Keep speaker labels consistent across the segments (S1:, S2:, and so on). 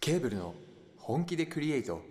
S1: ケーブルの本気でクリエイト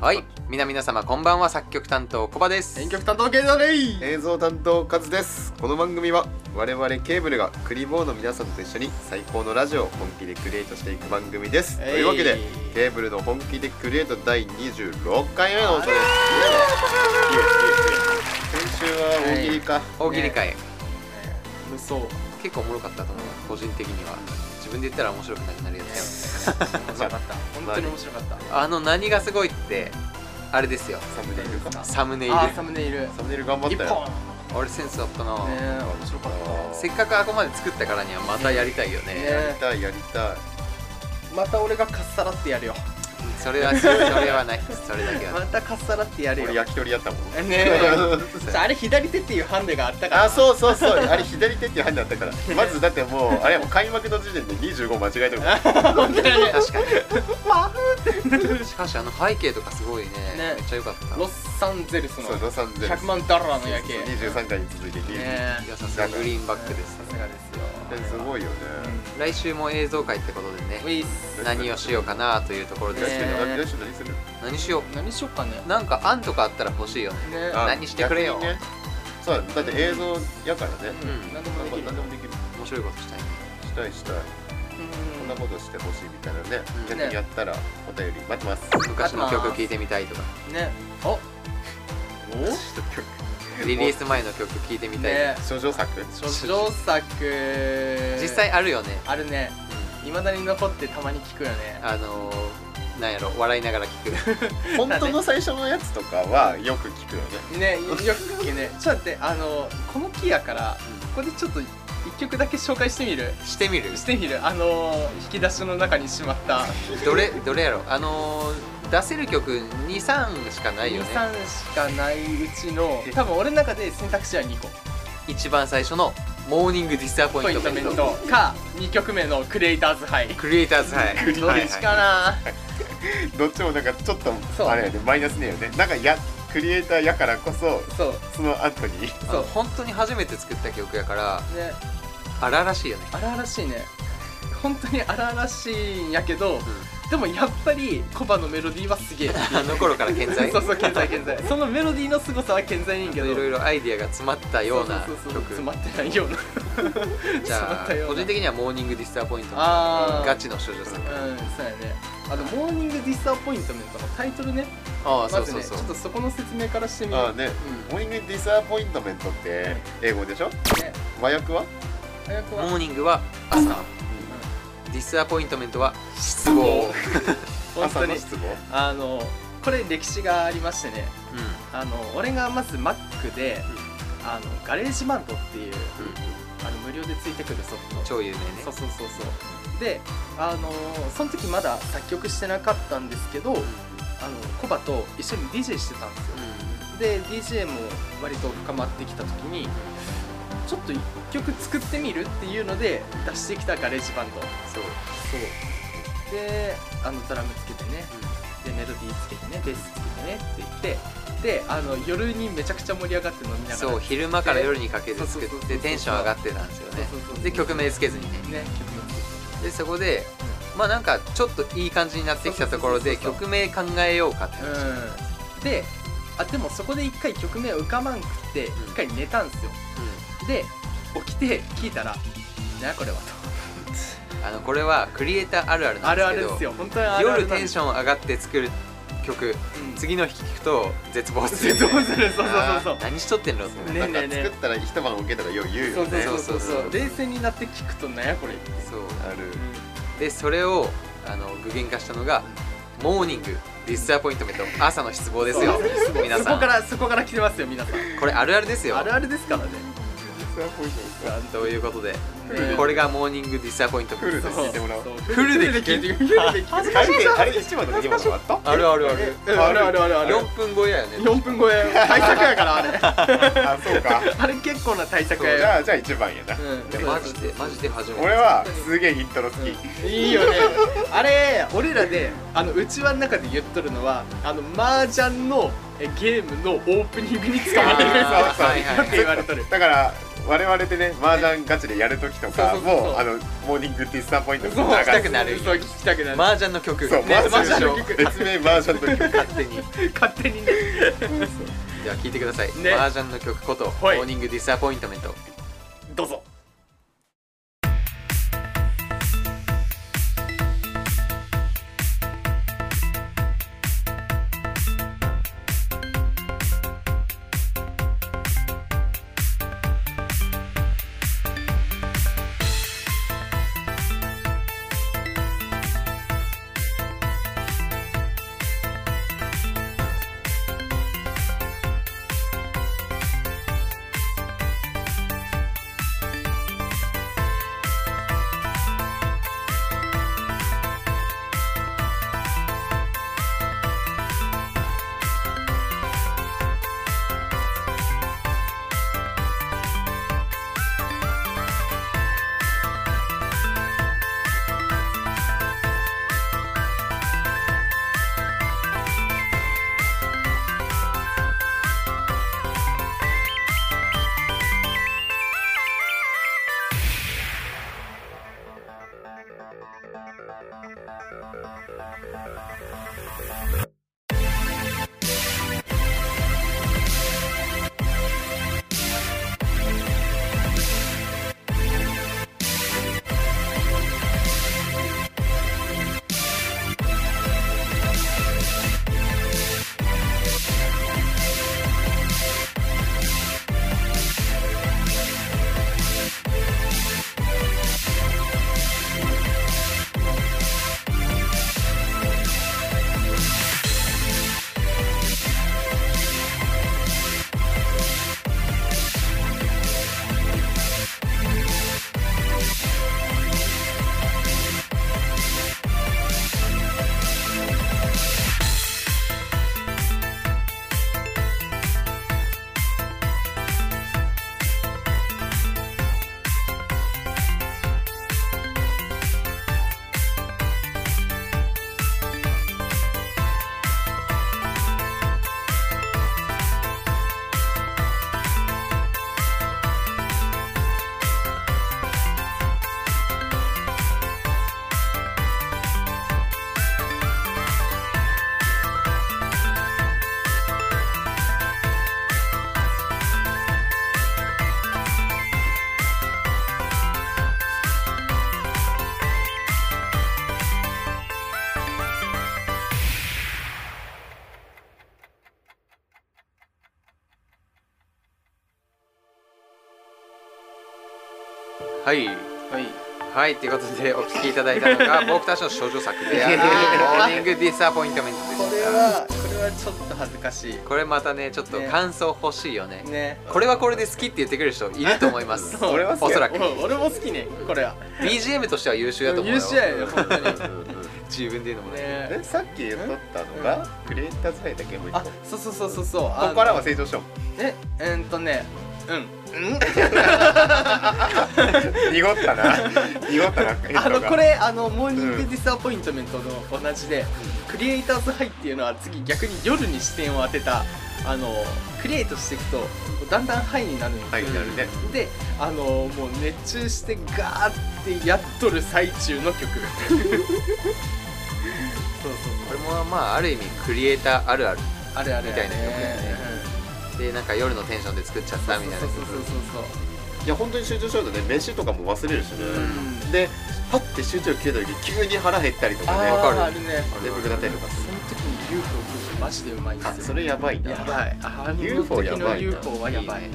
S1: はい皆皆様こんばんは作曲担当コバです
S2: 選曲担当ケイドレイ
S3: 映像担当カズですこの番組は我々ケーブルがクリボーの皆さんと一緒に最高のラジオを本気でクリエイトしていく番組です、
S2: えい
S3: というわけでケーブルの本気でクリエイト第26回目の放送ですイエイイエイイエイ先週は大喜利か、
S1: 大喜利会、
S2: 楽しそう
S1: 結構おもろかったと思う個人的には自分で言ったら面白くなくなるやつ
S2: 面白かった 本当に面白かった
S1: あの何がすごいってあれですよ
S3: サムネイルか
S1: サムネイル
S2: あーサムネイル
S3: サムネイル頑張った
S2: 一
S3: よ
S2: 本
S1: 俺センスあったな、
S2: ねえ面白かっ
S1: せっかくあこまで作ったからにはまたやりたいよね
S2: ね
S3: やりたいやりたい
S2: たまた俺がかっさらってやるよ
S1: それはそれはないそれだけは
S2: ま
S1: ない
S2: たかっさらってやる
S3: 俺
S2: よ
S3: 焼き鳥やったも
S2: ね
S3: ん
S2: えあれ左手っていうハンデがあったから
S3: あそうそうそうあれ左手っていう判断だったからまずだってもうあれもう開幕の時点で25間違えてるから
S2: 本当に ね
S1: 確か
S2: わふ
S1: にしかしあの背景とかすごいね
S2: ね
S1: めっちゃ良かった
S2: ロサンゼルスの
S3: そうロサンゼルス
S2: 100万ダラーの夜景
S3: そうそう23回に続いてリーグ
S2: ね
S1: いやさすがグリーンバックです
S2: さすがですよ
S3: すごいよね、
S1: 来週も映像会ってことでね
S2: ウィス
S1: 何をしようかなというところ
S3: 来
S1: ですけど、
S2: ね
S3: 週来週何する
S1: 何しよ
S2: 何しよっかね
S1: うなんか案とかあったら欲しいよね
S2: ね
S3: あ
S1: 何してくれよ
S3: 逆にねそうだねだって映像やからね
S2: うん
S1: うん
S2: 何でも
S3: な
S2: で
S3: ん
S2: き
S3: か
S2: る
S3: 何でもできる
S1: 面白いことしたいね
S3: したいしたいこんなことしてほしいみたいなね
S1: うん
S3: 逆にやったらお便り待ってます
S1: 昔の曲聴いてみたいとか
S2: うんねお
S3: ちょっと曲
S1: リリース前の曲聴いてみたいとか、
S2: ね
S3: 少女 作
S2: 初上作
S1: 実際あるよね、
S2: あるね
S1: う
S2: いまだに残ってたまに聞くよね
S1: んあのー、なんやろ笑いながら聴く
S3: 本当の最初のやつとかはよく聞くよね
S2: ねよく聞 くねちょっと待ってあのこの木やからここでちょっと一曲だけ紹介してみる
S1: してみる
S2: してみるあの引き出しの中にしまった
S1: どれどれやろあのー、出せる曲23しかないよね
S2: 23しかないうちの多分俺の中で選択肢は2個
S1: 一番最初の「モーニングディスアポ
S2: ポ
S1: イ
S2: イ
S1: ン
S2: ン
S1: ト
S2: ト
S1: メ
S2: メ
S1: ン
S2: ン
S1: ト」
S2: トか2曲目のクリエイターズハイ
S1: クリエイターズハイ
S2: どっちかな
S3: どっちもなんかちょっ
S2: そう
S3: とあれやねマイナスねよねなんかやクリエイターやからこそ
S2: そう
S3: その後に
S1: あの本当に初めて作った曲やから
S2: ね
S1: 荒々しいよね、
S2: 荒々しいね本当に荒々しいんやけどでもやっぱりコバのメロディーはすげえ
S1: うん、あの頃から健在
S2: そうそう健 在健在そのメロディーの凄さは健在ねん
S1: い
S2: けど
S1: ろいろアイディアが詰まったような
S2: そうそうそう
S1: 曲
S2: 詰まってないよう
S1: じゃあ
S2: な詰まったような
S1: 個人的には「モーニングディスアポイントメント」
S2: あー
S1: ガチの少女さん
S2: うんそうやねあのモーニングディスアポイントメントのタイトルね
S1: ああ
S2: ま
S1: そう
S2: ず
S1: そう
S2: ねち
S1: そ
S2: ょ
S1: う
S2: っとそこの説明からしてみよ
S3: ああ
S2: う
S3: ね
S2: うん
S3: モーニングディサポイントメントって英語でしょ
S2: ね
S3: 麻薬は
S2: 早く
S1: モ
S2: は
S1: ーニングは朝ディスアポイントメントは失望、うん、
S2: 本当
S3: 朝の
S2: に
S3: 失望
S2: あのこれ歴史がありましてねあの俺がまず Mac で、あのガレージマントっていうあの無料でついてくるソフト
S1: 超有名ね
S2: そうそうそうそうであのーその時まだ作曲してなかったんですけどあのコバと一緒に DJ してたんですよで DJ も割と深まってきた時にちょっと一曲作ってみるっていうので出してきたガレージバンド
S1: そう
S2: そうであのドラムつけてねでメロディーつけてねベースつけてねって言ってであの夜にめちゃくちゃ盛り上がって飲みながら
S1: そう昼間から夜にかけて作
S2: そうそう
S1: っ
S2: そう
S1: て
S2: そう
S1: テンション上がってたんですよね
S2: そうそうそう
S1: で曲名つけずにね
S2: ね
S1: でそこでまあなんかちょっといい感じになってきたところで
S2: そうそうそ
S1: 曲名考えようかって
S2: 曲
S1: 話、
S2: 名うんであでもそこで一回曲名浮かばんくって
S1: ん
S2: 一回寝たんですよで起きて聞いたら「なこれ
S1: う
S2: は」
S1: んあのこれはクリエイターあるある
S2: と
S1: な
S2: あ
S1: んで
S2: る
S1: すけど
S2: あるですよ本当にあるある
S1: 夜テンシ
S2: ョン
S1: ョン上がって作る曲次の日聞くと絶望する
S2: 絶望するそうそうそうそう
S1: 何しとってんのって
S2: ね
S3: な
S2: え
S3: ん
S2: ね
S3: か
S2: えねえ
S3: 作ったら一晩受けたらよう言う
S2: そ
S3: よ
S2: うそう
S3: ね
S2: そうそう
S1: そうそう
S2: そう冷静になって聞くと「なんやこれ」
S1: そう
S3: ある
S1: でそれをあの具現化したのがモーニングディスアポイントメント朝の失望ですよ
S2: そう
S1: 皆
S2: そ
S1: さ
S2: こか
S1: ん
S2: らそこから来てますよ皆さん
S1: これあるあるですよ
S2: あるあるですからね
S3: スアポイントですか
S1: ということで、
S3: フルで
S1: これがモーニングディスアポイント
S3: フルで聞いてもらおう
S2: そう
S1: フルで聞いて
S3: フルで聞いて
S2: 恥ずかしい
S3: あれ一番の出来物が あった
S1: あるあるある
S2: えあるあるあるある
S1: 4分超えやよね
S2: 4分超え対策やからあれ
S3: あそうか
S2: あれ結構な対策
S3: そうじ
S2: や
S3: ゃあじゃあ一番やな
S2: う
S1: マジでマジで初めて
S3: 俺はすげえイントロ好き
S2: うんいいよねあれ俺らであのうちわの中で言っとるのはあの麻雀のえゲームのオープニングに使われるや
S1: あーはい
S2: つだっ
S1: は
S2: て言われとる
S3: だから我々でね麻雀ガチでやるときとか
S2: そうそうそう
S3: もうあのモーニングディスタポイント
S1: そう
S3: 流す
S1: したくなる
S2: そう聞きたくなる、
S1: 麻雀の曲
S3: そう
S1: ね
S3: 麻
S2: 麻
S3: 雀の
S2: 雀の曲
S3: 別名麻雀の曲
S1: 勝手に
S2: 勝手にね
S1: では聞いてください
S2: ね
S1: 麻雀の曲ことモ
S2: はい
S1: ーニングディスアポイントメント
S2: どうぞ
S1: はい
S2: はい
S1: はいということでお聴きいただいたの が僕たちの少女作である
S2: い
S1: モーニングディスアポイントメントで
S2: これ
S1: した
S2: はこれはちょっと恥ずかし
S1: これまたねちょっと
S2: ね
S1: 感想欲しいよね
S2: いね
S1: これはこれで好きって言ってくる人いると思います
S2: そう
S3: 俺は好
S1: お
S3: き
S1: そら
S3: や
S1: く
S2: お俺も好きねこれは
S1: BGM としては優秀だと思うよ
S2: 優秀やよ本当にね
S1: 自分で言うのもね
S3: えさっき言っとったのがクリエイターズ愛だけもう一個
S2: あ
S3: こ
S2: そうそうそうそうそうこ
S3: こからは成長しよう
S2: えうんとねうんうん
S3: 濁ったな濁ったな
S2: あのこ
S3: れ
S2: れあのモーニングディスアポイントメントの同じで、クリエイターズハイっていうのは次逆に夜に視点を当てたあのクリエイトしていくとだんだんハイになるんよ
S3: はいになるね
S2: であのもう熱中してガーってやっとる最中 の曲そうそう
S1: これもまあある意味クリエイターあるある
S2: あれあれ
S1: みたいな曲だよねでなんか夜のテンションで作っちゃったみたいな
S2: そうそうそうそうそう
S3: いや本当に集中しようとね飯とかも忘れるしね
S2: う
S3: でパッて集中切れた時急に腹減ったりとか
S2: あ
S3: ね
S1: わかる
S2: ーあるね
S3: 眠くなったりとか
S2: その時に UFO 曲マジでうまいんですよ
S3: あそれやばいな
S2: やばいあの
S3: UFO
S2: 時
S3: や
S2: の
S3: ばいな
S2: UFO はやばい
S1: いいね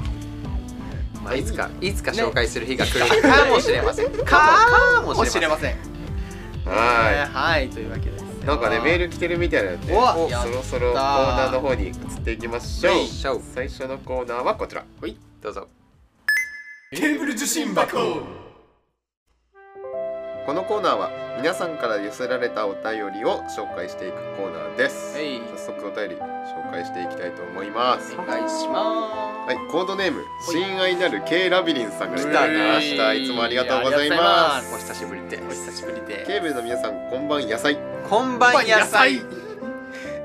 S1: まあ、いつかいつか紹介する日が来るかもしれませんかもしれません
S2: せん。
S3: はーい
S2: えーはい、というわけです。
S3: なんかねメール来てるみたいなんで
S2: お
S3: お
S2: やった
S3: そろそろコーナーの方に移っていきましょ
S1: よいしょ
S3: う最初のコーナーはこちら
S1: どうぞ
S2: ケーブル受信箱
S3: このコーナーは皆さんから寄せられたお便りを紹介していくコーナーです、
S2: はい
S3: 早速お便り紹介していきたいと思います
S2: お願いしま
S3: はいコードネーム親愛なる K ラビリンさんがいただきました
S2: うい
S3: いつもありがとうございま
S2: ありがとうございます
S1: お久しぶりです
S2: お久しぶりで
S3: ケーブルの皆さんこんばん野菜
S1: こんばん野菜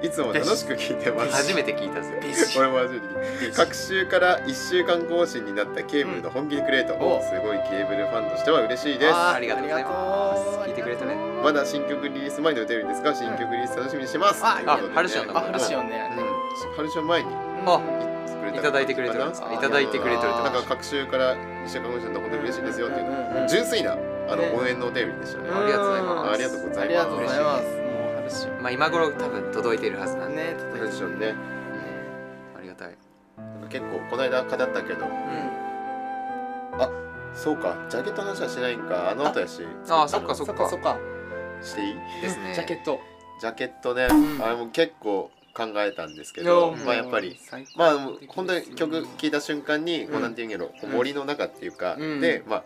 S3: いつも楽しく聞いてます
S1: 初めて聞いたぜ
S3: 俺も初めて聞いた各週から1週間更新になったケーブルの本気でクレート、
S2: お
S3: すごいケーブルファンとしては嬉しいです
S1: あーありがとうございます
S2: あり
S1: 聞い
S2: がとう
S1: てくれたね
S3: まだ新曲リリース前のお便りですが新曲リリース楽しみにしてます、
S2: あ
S3: ということでね
S1: あハルシオンの
S2: あ話よね
S3: うんハルシオン前に
S1: あ
S3: 作れ
S1: い
S3: た
S1: ただいてくれてます
S2: あ
S1: いただいてくれてる
S2: あ
S1: と
S2: ー
S3: なんか各週から一週間後になったら本当に嬉しいですよってい
S2: う
S3: う
S2: んうんうん
S3: の純粋なあの
S2: ね
S3: 応援のお便りでしたね
S1: んありがとうございます
S3: ありがとう
S2: ありがとう
S3: ございます
S2: ございますもうハルシ
S1: まあ今頃多分届いているはずな
S2: オ
S1: ん
S2: ン
S1: で
S2: ね
S3: ハ
S2: 届い
S3: ル
S2: て
S3: シオンね
S1: ありがたい
S3: なんか結構この間語ったけど
S2: うん
S3: そうかジャケットの話はしないんかあの後やし
S1: あーそっかそっ
S2: そっかそ
S1: か
S2: っか
S3: していい
S1: ですね
S2: ジャケット
S3: ジャケットね
S2: ん
S3: あれも結構考えたんですけ
S2: い
S3: ど
S2: や
S3: まあやっぱり
S2: 最高
S3: まあ本当に曲聴いた瞬間にこ
S2: う
S3: うんなんていうんやろこう森の中っていうか
S2: うん
S3: でまあ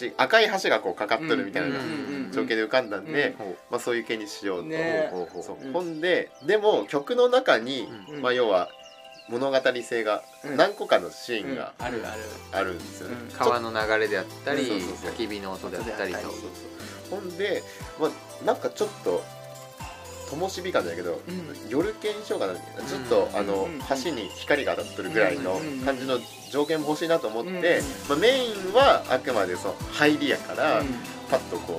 S3: 橋赤い橋がこうかかっとるみたいな
S1: うん
S3: 情景で浮かんだんで
S1: ほう
S3: まあそういう系にしようと
S2: ね
S1: ほうほう
S3: そ
S1: ほ
S3: う
S2: うん
S3: ほんででも曲の中に、
S2: うん
S3: まあ、要は物語性が
S2: うん
S3: 何個かのシーンが
S2: うんあるある
S3: あるんですよね。
S2: うん
S3: ちょ
S1: 川の流れであったり
S3: そうそうそう
S1: 焚き火の音であったりと
S2: 音であったり
S3: そうそうほんで、まあ、なんかちょっと灯火感じだけど、
S2: うん
S3: 夜系にしようかなみたいなちょっと、
S1: うん
S3: あの、
S2: うん
S3: 橋に光が当たってるぐらいの
S2: うん
S3: 感じの条件も欲しいなと思って、
S2: うん
S3: まあ、メインはあくまでその入りやから、
S2: うん
S3: パッとこう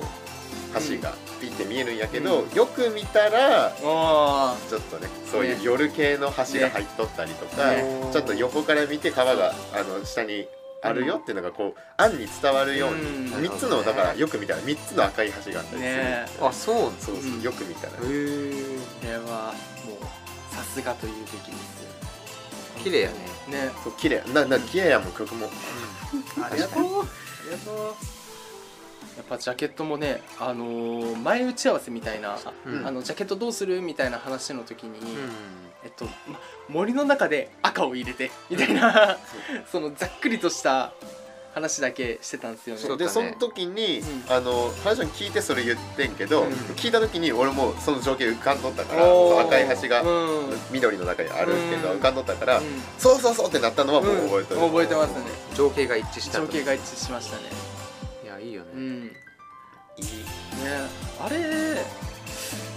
S3: 橋がピッて見えるんやけど、よく見たら
S2: あ
S3: ちょっとねそういう夜系の橋が入っとったりとか、
S2: ね
S3: ちょっと横から見て川があの下にあるよっていうのがこう案に伝わるように、
S2: うん
S3: 3つのだからよく見たら3つの赤い橋があっ
S2: あ
S3: たりする、
S2: ね
S1: あそう
S3: そうそう、
S2: うん
S3: よく見たら
S1: へえ
S2: これはもうさすがというべきですよ
S1: 綺麗やね
S2: ね
S3: そう綺麗なな綺麗やもん曲も
S2: ありがとうありがとうやっぱジャケットもね、あのー前打ち合わせみたいな、
S1: うん
S2: あのジャケットどうするみたいな話の時に、
S1: うん
S2: えっと、ま、森の中で赤を入れてみたいなそのざっくりとした話だけしてたんですよね。
S3: そう
S1: だ
S3: で
S1: ね
S3: その時に、
S2: うん
S3: あの話を聞いてそれ言ってんけど、
S2: うん
S3: 聞いた時に俺もその情景浮かんどったから
S2: おー
S3: 赤い橋が
S2: うんうん
S3: 緑の中にあるっていうのが浮かんどったから、
S2: うん
S3: そうそうそうってなったのはもう覚えてる、
S2: 覚えてますね。
S1: 情景が一致したと
S2: 情景が一致しましたね。
S1: いやいいよ
S2: う
S1: ね
S2: ん、ね
S3: いい
S2: あれ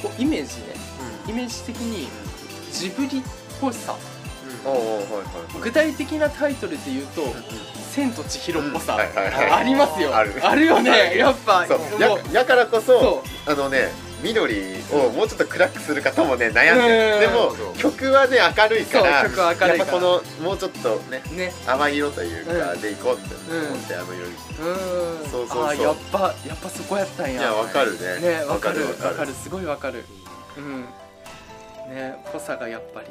S2: こうイメージね
S1: うん
S2: イメージ的にジブリっぽさ
S3: おうおうはいはい
S2: 具体的なタイトルで言うと「千と千尋」っぽさ、
S3: うんはいはいはい
S2: ありますよ
S3: ある
S2: よ
S3: あ
S2: ね
S3: る
S2: やっぱ
S3: そう
S2: もう
S3: ややからこそ
S2: そ
S3: あのね緑をもうちょっと暗くする方もね悩んで
S2: うん
S3: るでも
S1: そう
S3: 曲はね明るいから
S2: そう曲は明るいから
S3: やっぱこのもうちょっとね
S2: うね
S3: 甘い色というか
S2: うん
S3: でいこうって
S2: うん
S3: 思ってあの色にして
S2: うん
S3: そうそうそう
S2: あーやっぱやっぱそこやったん
S3: い
S2: や
S3: やわかるね
S2: ねわかるわ
S3: わ
S2: か
S3: か
S2: る
S3: る
S2: すごいわかるうんね濃さがやっぱり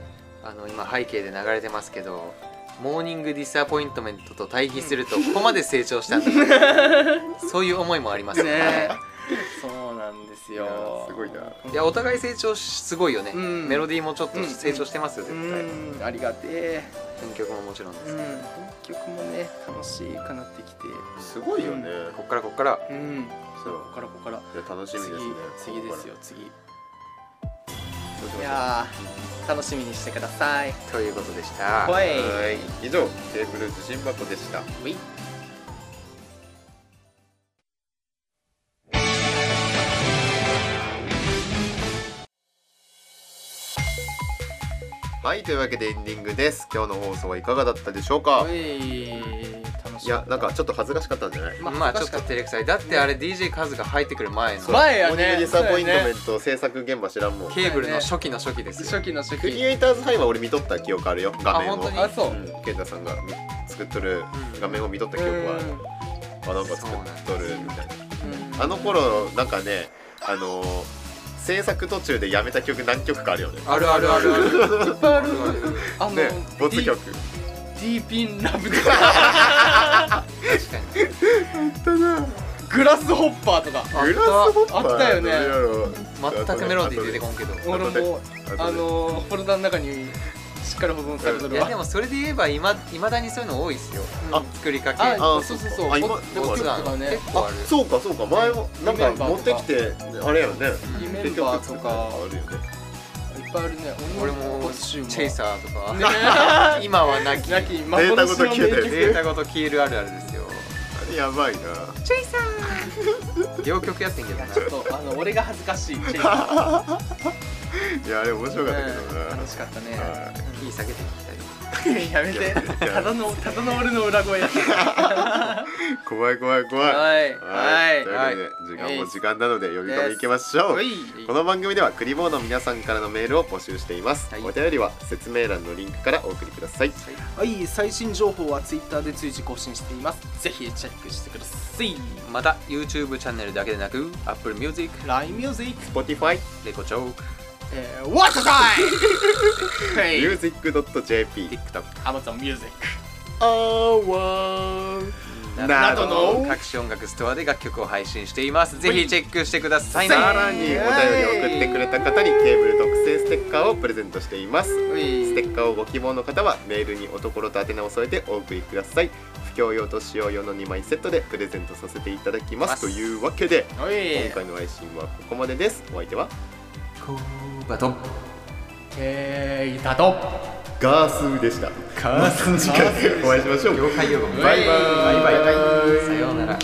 S1: あの今背景で流れてますけどモーニングディスアポイントメントと対比するとここまで成長したんだそういう思いもあります
S2: ねそうなんです
S3: いや
S2: よ
S3: ーすごいない
S1: やお互い成長しすごいよね、
S2: うん
S1: メロディーもちょっと成長してますよ
S2: う
S1: 絶対、
S2: んありがてえ
S1: 選曲ももちろんです、
S2: うん
S1: こ
S2: 曲もね楽しいかなってきて
S3: すごいよね
S1: こっからこっから
S2: うん
S3: そう
S2: ここからここから
S3: いや楽しみ
S2: 次
S3: ですね
S2: 次ですよ次い
S3: どうしましょう
S2: やー楽しみにしてください
S1: ということでした
S2: ほい
S3: はい以上テーブル自信箱でした
S2: ほい
S3: はいというわけでエンディングです今日の放送はいかがだったでしょうか
S2: ほい楽し
S3: い
S2: み
S3: やなんかちょっと恥ずかしかったんじゃない
S1: まあ、
S2: まあ
S1: ちょっと照れくさいだってあれ DJ カズが入ってくる前の
S2: そう前やね
S3: モーニングディスアポイントメント制作現場知らんもん
S1: ケーブルの初期の初期ですよ
S2: 初期の初
S3: クリ
S2: 期
S3: エイターズハイは俺見とった記憶あるよ画面
S1: あ
S3: を
S1: 本当に
S2: あそう、
S3: うんケイタさんが見作っとる
S1: うん
S3: 画面を見とった記憶はあるあなんか作っとるみたいなあの頃なんかねあのー制作途中でやめた曲何曲かあるよね
S1: あるあるある ある
S2: いっぱいある
S1: ある
S2: あの、
S3: ねボツ
S2: D,
S3: 曲
S2: D ピンラブと
S1: 確かに
S2: グラスホッパーとか
S3: グラスホッパー
S2: あったよね
S3: どれやろう
S1: 全くメロディー出てこんけど
S3: 後
S2: 俺
S3: で
S2: も
S3: 後で
S2: あのーフォルダの中にしっかり保存されと
S1: い
S2: る
S1: や
S2: わ
S1: でもそれで言えばいまだにそういうの多いですよ、
S2: あ
S1: 作りかけ
S2: あ
S3: あ
S2: そうそう
S3: そ
S2: そうう
S3: かあ
S2: あ
S3: 今
S2: 今
S3: でもあ
S2: 僕
S3: れ
S2: らがね
S1: 結構ある
S3: そうかそうか前もなんか持ってきてあれやよね
S2: リメ
S3: 結
S2: ンバー
S3: 局
S2: と
S3: 作る
S2: か
S3: のあるよね
S2: いっぱいあるね
S1: 俺もチェイサーとか、
S2: ー
S1: 今はなき
S2: ね なき幻の名
S3: データごと消えた
S1: デー
S2: 曲
S1: タごと消えるあるあるですよ
S3: あれやばいな
S1: チェイサー両曲やってんけどな
S2: ちょっとあの俺が恥ずかしいチェイサ
S3: いやあれ面白かったけど
S2: ー
S3: な
S2: 楽しかったね
S3: は
S1: キー下げて聞きたい
S2: やめて。ただのただの俺の裏声。はい
S3: 怖い怖い怖い
S2: い
S3: はい、と
S1: はい
S3: いうことで、時間も時間なので呼び込みいきましょう、
S2: い。
S3: この番組ではクリボーの皆さんからのメールを募集しています、
S1: はい
S3: お便りは説明欄のリンクからお送りください、
S2: はい最新情報はツイッターで随時更新しています。ぜひチェックしてください。
S1: また YouTube チャンネルだけでなく Apple Music
S2: LINE Music、
S3: Spotify、
S1: レコチョーク
S2: えー、ワット カイ。はい
S3: music.jp
S1: TikTok
S2: Amazon Music。
S3: あわな
S1: な
S3: ど
S1: ど
S3: の
S1: の各種音楽ストアで楽曲を配信していますぜひチェックしてくださいね
S3: さらにお便りを送ってくれた方にケーブル特製ステッカーをプレゼントしていますステッカーをご希望の方はメールにおところと宛名を添えてお送りください不況用と使用用の2枚セットでプレゼントさせていただきますというわけで
S2: おい
S3: 今。回の配信はここまでですお相手は
S1: バトン
S2: えーいたと。
S3: ガースでした
S1: カース
S3: 次回お会いしましょう
S1: 業界用語
S3: バイバイ
S1: バイバイさようなら